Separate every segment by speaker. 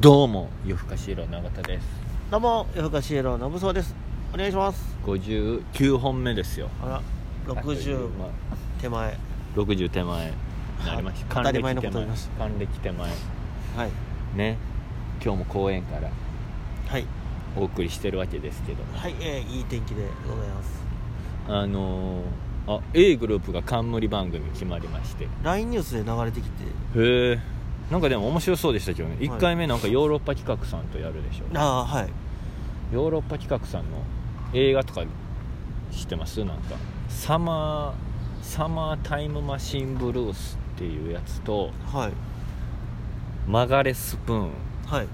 Speaker 1: どうも夜更かしろ永田です
Speaker 2: どうも、夜更かしイエローのぶそうです。お願いします。
Speaker 1: 59本目ですよ
Speaker 2: あら、
Speaker 1: あっという
Speaker 2: 60
Speaker 1: 間
Speaker 2: 手前。
Speaker 1: 60手前になりました
Speaker 2: 当たり前
Speaker 1: 還暦
Speaker 2: のこと
Speaker 1: 手
Speaker 2: 言います
Speaker 1: 還暦手前
Speaker 2: はい。
Speaker 1: ね今日も公園から
Speaker 2: はい。
Speaker 1: お送りしてるわけですけど
Speaker 2: はい、えーいい天気でございます。
Speaker 1: あのー、あ A グループが冠番組決まりましてへ
Speaker 2: LINE ニュースで流れてきて、
Speaker 1: えなんかでも面白そうでしたけどね
Speaker 2: い
Speaker 1: 1回目なんかヨーロッパ企画さんとやるでしょ
Speaker 2: ああ、はい。
Speaker 1: ヨーロッパ企画さんの映画とか知ってますなんかサマーサマータイムマシンブルースっていうやつと
Speaker 2: はい。
Speaker 1: 曲がれスプーン
Speaker 2: はい。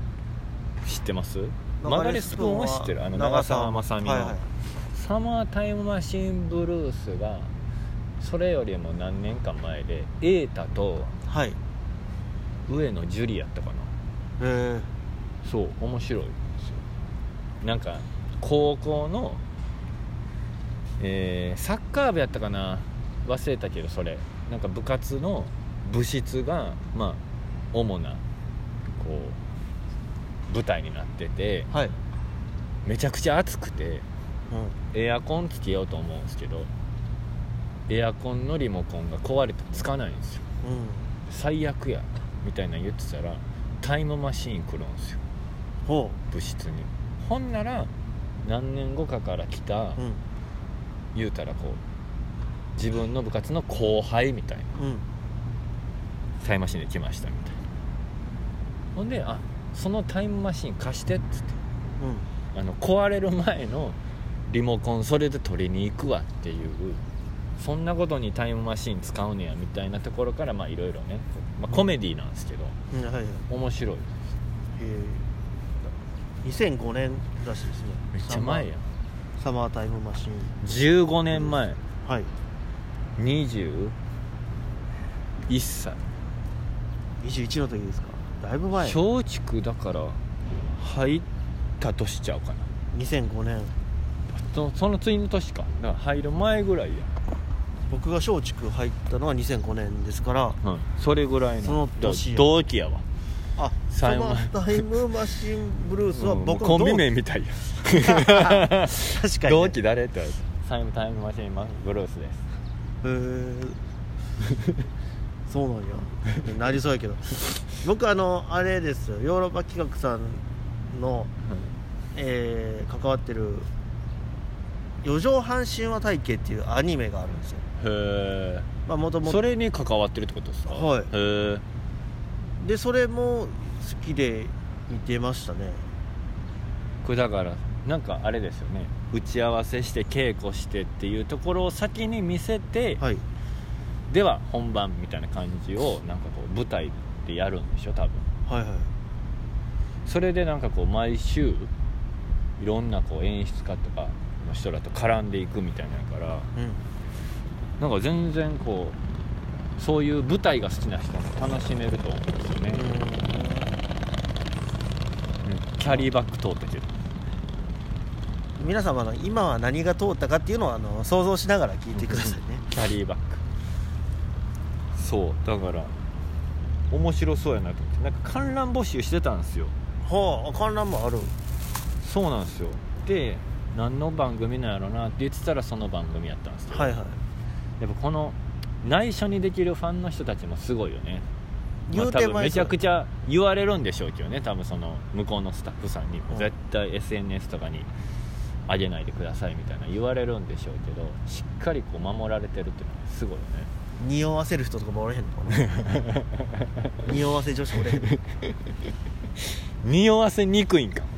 Speaker 1: 知ってます曲がれスプーンは知ってるあの長澤まさみの、
Speaker 2: はいはい。
Speaker 1: サマータイムマシンブルースがそれよりも何年か前で瑛太と
Speaker 2: はい。
Speaker 1: 上野樹里やったかな
Speaker 2: え
Speaker 1: そう面白いんですよなんか高校の、えーサッカー部やったかな忘れたけどそれなんか部活の部室がまあ主なこう舞台になってて
Speaker 2: ー、はい。
Speaker 1: めちゃくちゃ暑くてエアコンつけようと思うんですけどエアコンのリモコンが壊れてつかないんですよ
Speaker 2: うん。うん。
Speaker 1: 最悪やみたいなの言ってたらタイムマシーン来るんですよ
Speaker 2: ほ
Speaker 1: 部室にほんなら何年後かから来た、
Speaker 2: う。うん。
Speaker 1: 言うたらこう自分の部活の後輩みたいな
Speaker 2: うん。
Speaker 1: タイムマシンで来ましたみたいなほんであそのタイムマシン貸してっつって
Speaker 2: うん。
Speaker 1: あの壊れる前のリモコンそれで取りに行くわっていうそんなことにタイムマシン使うねやみたいなところからまあいろいろね、まあ、コメディなんですけど
Speaker 2: うん。はいはい。
Speaker 1: 面白い
Speaker 2: えー、2005年らしいですね。
Speaker 1: めっちゃ前やん
Speaker 2: サマー。サマータイムマシン。
Speaker 1: 15年前
Speaker 2: はい。
Speaker 1: 21歳
Speaker 2: 21の時ですか。だいぶ前。
Speaker 1: 松竹だから入った年ちゃうかな
Speaker 2: 2005年。
Speaker 1: そその次の年かだから入る前ぐらい
Speaker 2: 僕が松竹入ったのは2005年ですから
Speaker 1: や、それぐらいの
Speaker 2: その年や
Speaker 1: 同期やわ
Speaker 2: あそ
Speaker 1: 最後
Speaker 2: のタイムマシンブルースは
Speaker 1: うん
Speaker 2: 僕の
Speaker 1: コン
Speaker 2: 同期
Speaker 1: ビ名みたいや
Speaker 2: 確かに、ね、
Speaker 1: 同期誰って言われたタイムタイムマシンマブルースです
Speaker 2: へー そうなんやなりそうやけど僕あのあれですよヨーロッパ企画さんの、えー関わってる「四畳半神話体系」っていうアニメがあるんですよ
Speaker 1: へ
Speaker 2: まあもと
Speaker 1: え
Speaker 2: も
Speaker 1: そ
Speaker 2: と
Speaker 1: れに関わってるってことですか
Speaker 2: はい
Speaker 1: へえ
Speaker 2: でそれも好きで見てましたね
Speaker 1: これだからなんかあれですよね打ち合わせして稽古してっていうところを先に見せて、
Speaker 2: はい
Speaker 1: では本番みたいな感じをなんかこう舞台でやるんでしょ多分
Speaker 2: はいはい
Speaker 1: それでなんかこう毎週いろんなこう演出家とかの人らと絡んでいくみたいなのやから
Speaker 2: うん
Speaker 1: なんか全然こうそういう舞台が好きな人も楽しめると思うんですよね、キャリーバック通ったけど
Speaker 2: 皆様の今は何が通ったかっていうのをあの想像しながら聞いてくださいね
Speaker 1: キャリーバックそうだから面白そうやなと思ってなんか観覧募集してたんですよ
Speaker 2: はあ観覧もある
Speaker 1: そうなんですよで何の番組なんやろなって言ってたらその番組やったんですけど、
Speaker 2: はい
Speaker 1: や
Speaker 2: はい
Speaker 1: っぱこの内緒にできるファンの人たちもすごいよねま
Speaker 2: 言
Speaker 1: あ、
Speaker 2: う
Speaker 1: 多
Speaker 2: て
Speaker 1: 分
Speaker 2: ま
Speaker 1: め
Speaker 2: い
Speaker 1: ち
Speaker 2: そ
Speaker 1: ゃ
Speaker 2: う
Speaker 1: くちゃ言われるんでしょうけどね多分その向こうのスタッフさんに
Speaker 2: う
Speaker 1: も
Speaker 2: ん
Speaker 1: 絶対 SNS とかに上げないでくださいみたいな言われるんでしょうけどしっかりこう守られてるっていうのはすごいよね
Speaker 2: 匂わせる人とかもおれへんのか な匂わせ女子おれへんの
Speaker 1: 匂わせにくいんかもね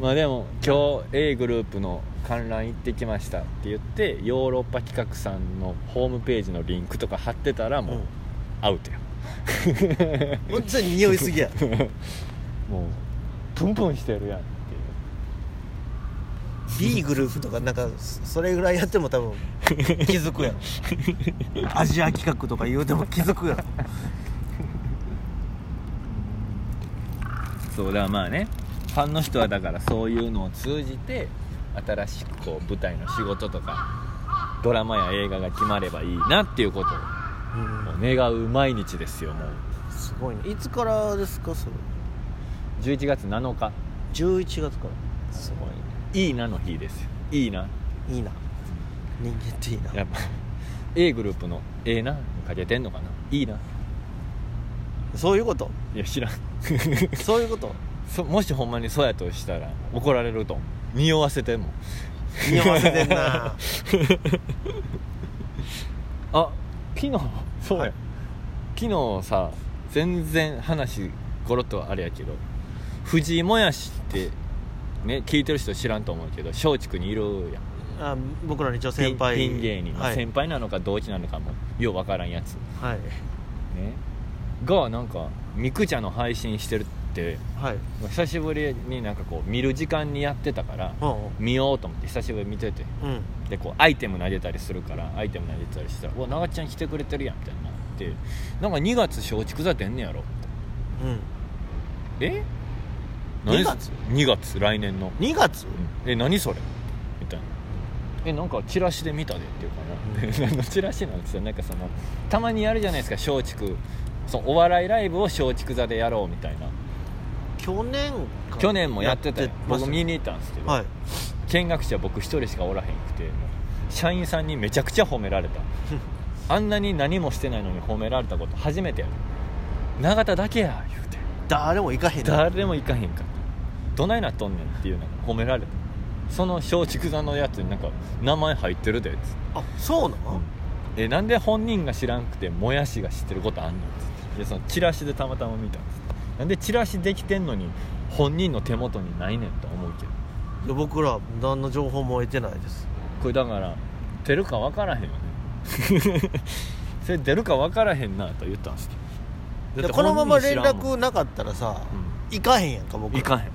Speaker 1: まあでも今日 A グループの観覧行ってきましたって言ってヨーロッパ企画さんのホームページのリンクとか貼ってたらもうアウトや
Speaker 2: うんほんとに匂いすぎや
Speaker 1: もうプンプンしてるやんっていう
Speaker 2: B グループとかなんかそそれぐらいやっても多 分気づくやろアジア企画とか言うても気づくやろ
Speaker 1: そうだからまあねファンの人はだからそういうのを通じて新しくこう舞台の仕事とかドラマや映画が決まればいいなっていうことを
Speaker 2: うん
Speaker 1: 願う毎日ですよもう
Speaker 2: すごいねいつからですかそれ
Speaker 1: 11月7日
Speaker 2: 11月からすごいね
Speaker 1: いいなの日ですよいいない
Speaker 2: いな人間っていいな
Speaker 1: やっぱ A グループの「ええな」にかけてんのかないいな
Speaker 2: そういうこと
Speaker 1: いや知らん
Speaker 2: そういうこと
Speaker 1: そもしほんまにそうやとしたら怒られると思う匂わせても
Speaker 2: 匂わせてんな
Speaker 1: あ昨日そうや、
Speaker 2: はい
Speaker 1: 昨日さ全然話ゴロッとあれやけど藤井もやしってね聞いてる人知らんと思うけど松竹にいるやん
Speaker 2: あ僕らの一応
Speaker 1: ピン
Speaker 2: 先輩
Speaker 1: ピン芸人、
Speaker 2: はい、
Speaker 1: 先輩なのか同期なのかもようわからんやつね
Speaker 2: はい
Speaker 1: がなんかミクちゃんの配信してるって
Speaker 2: はい
Speaker 1: 久しぶりになんかこう見る時間にやってたから
Speaker 2: う
Speaker 1: 見ようと思って久しぶりに見てて
Speaker 2: んうん
Speaker 1: でこうアイテム投げたりするからアイテム投げたりしたら「うわ長ちゃん来てくれてるやん」みたいになって「なんか2月松竹座出んねやろ」
Speaker 2: うん
Speaker 1: え
Speaker 2: 2月
Speaker 1: ?2 月来年の
Speaker 2: 2月
Speaker 1: 「え何それ?」みたいな「えなんかチラシで見たで」っていう かな何のチラシなんですよなんかそのたまにやるじゃないですか松竹そのお笑いライブを松竹座でやろうみたいな
Speaker 2: 去年か
Speaker 1: 去年もやってたよ
Speaker 2: ます
Speaker 1: 僕見に行ったんですけど、
Speaker 2: はい
Speaker 1: 見学者僕一人しかおらへんくて社員さんにめちゃくちゃ褒められ たあんなに何もしてないのに褒められたこと初めてやる永田だけや言うて
Speaker 2: 誰も行かへんな
Speaker 1: 誰も行かへんかったどないなっとんねんっていうのが褒められたその松竹座のやつになんか名前入ってるでっつって
Speaker 2: あそうなの
Speaker 1: えなんで本人が知らんくてもやしが知ってることあんのっつってでそのチラシでたまたま見たんですなんでチラシできてんのに本人の手元にないねんと思うけど
Speaker 2: で僕ら何の情報も得てないです
Speaker 1: これだから出るか分からへんよね それ出るか分からへんなと言ったんですけど
Speaker 2: でこのまま連
Speaker 1: だって本人知らんも
Speaker 2: 絡
Speaker 1: ん
Speaker 2: なかったらさ、
Speaker 1: う
Speaker 2: 行かへんやんか僕ら
Speaker 1: 行かへん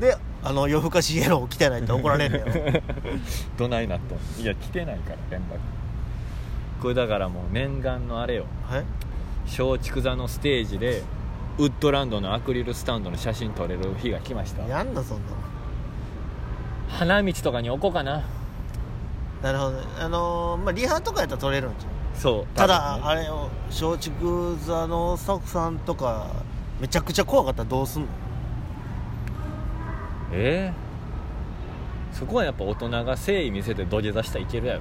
Speaker 2: であの夜更かしイエロー来てないって怒られ んのよ
Speaker 1: どないなっとんいや来てないから連絡これだからもう念願のあれよ
Speaker 2: はい
Speaker 1: 松竹座のステージでウッドランドのアクリルスタンドの写真撮れる日が来ました
Speaker 2: やんなそんなの
Speaker 1: 花道とかに置こうかな
Speaker 2: なるほどねあのーまあリハとかやったら撮れるんじゃん
Speaker 1: そう多
Speaker 2: た
Speaker 1: 分
Speaker 2: だ
Speaker 1: ね
Speaker 2: あれを松竹座のスタッフさんとかめちゃくちゃ怖かったらどうすんの
Speaker 1: ええそこはやっぱ大人が誠意見せて土下座したらいけるや ろ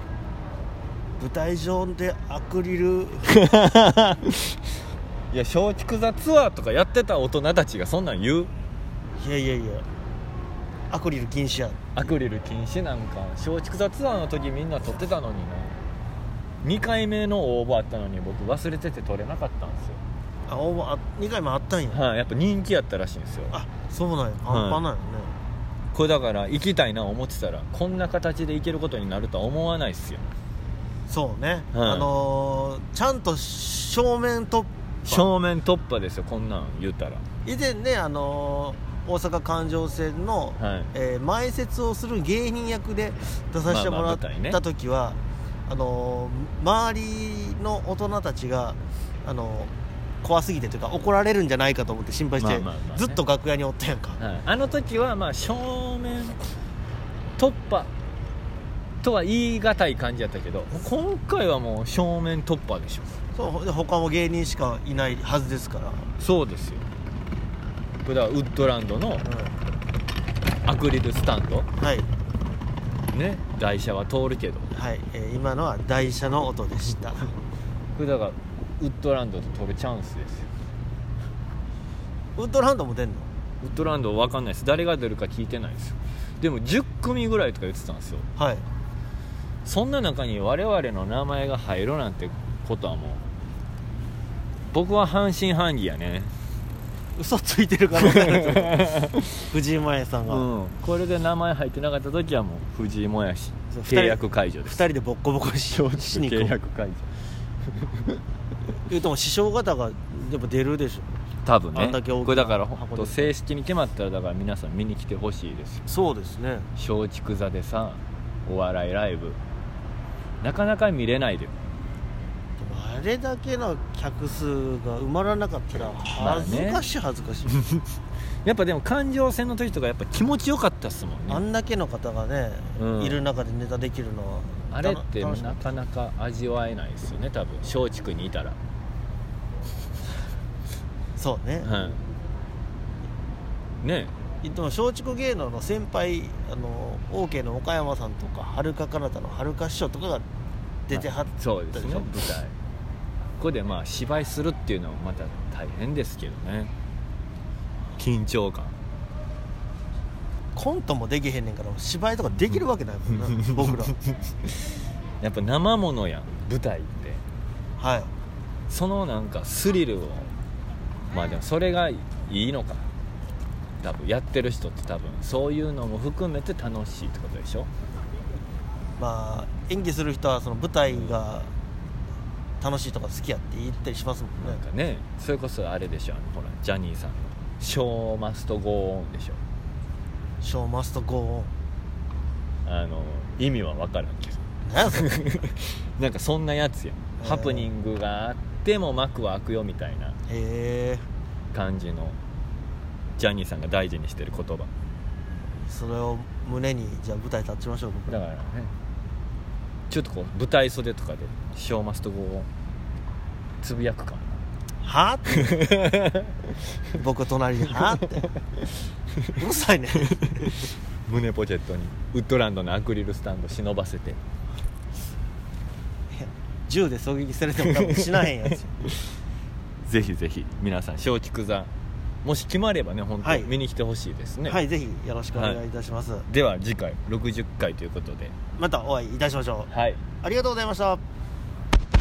Speaker 2: 舞台上でアクリル
Speaker 1: いや松竹座ツアーとかやってた大人たちがそんなん言う
Speaker 2: いやいやいやアクリル禁止や
Speaker 1: アクリル禁止なんか松竹座ツアーの時みんな撮ってたのにな2回目の応募あったのに僕忘れてて撮れなかったんですよ
Speaker 2: あおもあ2回もあったんや
Speaker 1: はい、やっぱ人気やったらしいんですよ
Speaker 2: あそうなんや半端ないよね、
Speaker 1: これだから行きたいな思ってたらこんな形で行けることになるとは思わないっすよ
Speaker 2: そうね、
Speaker 1: はい
Speaker 2: あのーちゃんと正面突破
Speaker 1: 正面突破ですよこんなん言うたら
Speaker 2: 以前ねあのー大阪環状線の、
Speaker 1: はい
Speaker 2: えー前説をする芸人役で出させても
Speaker 1: まあ
Speaker 2: らっ
Speaker 1: まあ舞台ね
Speaker 2: た時は、あのー周りの大人たちが、あのー怖すぎてというか怒られるんじゃないかと思って心配して、
Speaker 1: まあまあまあね
Speaker 2: ずっと楽屋におったやんか、
Speaker 1: はい、あの時はまあ正面突破とは言い難い感じやったけど今回はもう正面突破でしょ
Speaker 2: そうほ他も芸人しかいないはずですから、
Speaker 1: そうですよこれだからウッドランドの
Speaker 2: う
Speaker 1: アクリルスタンド
Speaker 2: んはい
Speaker 1: ね台車は通るけど
Speaker 2: はい、えー今のは台車の音で した
Speaker 1: これだからウッドランドと取るチャンスですよ
Speaker 2: ウッドランドも出んの
Speaker 1: ウッドランド分かんないです誰が出るか聞いてないですよでも10組ぐらいとか言ってたんですよ
Speaker 2: はい
Speaker 1: そんな中に我々の名前が入るなんてことはもう僕は半信半疑やね
Speaker 2: 嘘ついてる可能性あると 思う藤井前さんが、
Speaker 1: うん、これで名前入ってなかった時はもう藤井もやし
Speaker 2: そう
Speaker 1: 契約解除です
Speaker 2: 二人でボッコボ コにしようしに行
Speaker 1: 契
Speaker 2: こう
Speaker 1: 約解除
Speaker 2: 言うとも師匠方がやっぱ出るでしょ
Speaker 1: 多分
Speaker 2: あ
Speaker 1: ね
Speaker 2: んだけ大きな
Speaker 1: これだから
Speaker 2: 箱
Speaker 1: 本
Speaker 2: で
Speaker 1: 当正式に決まったらだから皆さん見に来てほしいですよ
Speaker 2: そうですね
Speaker 1: 松竹座でさお笑いライブなかなか見れないでよ
Speaker 2: でもあれだけの客数が埋まらなかったら
Speaker 1: まあ
Speaker 2: 恥ず
Speaker 1: ね
Speaker 2: かしい恥ずかしい、
Speaker 1: やっぱでも環状線の時とかやっぱ気持ちよかったっすも
Speaker 2: あ
Speaker 1: んね
Speaker 2: んだけの方がね、
Speaker 1: うん
Speaker 2: いる中でネタできるのは
Speaker 1: あれって
Speaker 2: 楽しか
Speaker 1: な
Speaker 2: っ
Speaker 1: かなか味わえないですよね多分松竹にいたら、
Speaker 2: たそうね、
Speaker 1: うんね
Speaker 2: いっても松竹芸能の先輩あの OK の岡山さんとかはるか彼方のはるか師匠とかが出てはった
Speaker 1: まあ
Speaker 2: でしょ、
Speaker 1: そうですね舞台ここでまあ芝居するっていうのはまた大変ですけどね緊張感
Speaker 2: コントもできへんねんから芝居とかできるわけないもん な、僕ら
Speaker 1: やっぱ生ものやん舞台って
Speaker 2: はい
Speaker 1: そのなんかスリルをまあでもそれがいいのか多分やってる人って多分そういうのも含めて楽しいってことでしょ
Speaker 2: まあ演技する人はその舞台が楽しいとか好きやって言ったりしますもん
Speaker 1: なん
Speaker 2: ね
Speaker 1: かねそれこそあれでしょあのほらジャニーさんの「ショーマストゴーン」でしょ
Speaker 2: 「ショーマストゴ
Speaker 1: あの意味は分からんけど
Speaker 2: ーン」何やそれ
Speaker 1: なんかそんなやつやん
Speaker 2: えー
Speaker 1: ハプニングがあっても幕は開くよみたいな
Speaker 2: へえ
Speaker 1: 感じのジャニーさんが大事にしてる言葉
Speaker 2: それを胸にじゃあ舞台立ちましょう僕
Speaker 1: だ
Speaker 2: ら
Speaker 1: からねちょっとこう舞台袖とかで「ショーマストゴーン」つぶやくかも
Speaker 2: はあって 僕隣にはあってうるさいね
Speaker 1: 胸ポケットにウッドランドのアクリルスタンド忍ばせて
Speaker 2: 銃で狙撃されても多分死なへんやつよ
Speaker 1: ぜひぜひ皆さん松竹座もし決まればね本当、
Speaker 2: はい
Speaker 1: 見に来てほしいですね、
Speaker 2: はいぜひよろしくお願いいたします、
Speaker 1: では次回60回ということで
Speaker 2: またお会いいたしましょう
Speaker 1: はい
Speaker 2: ありがとうございました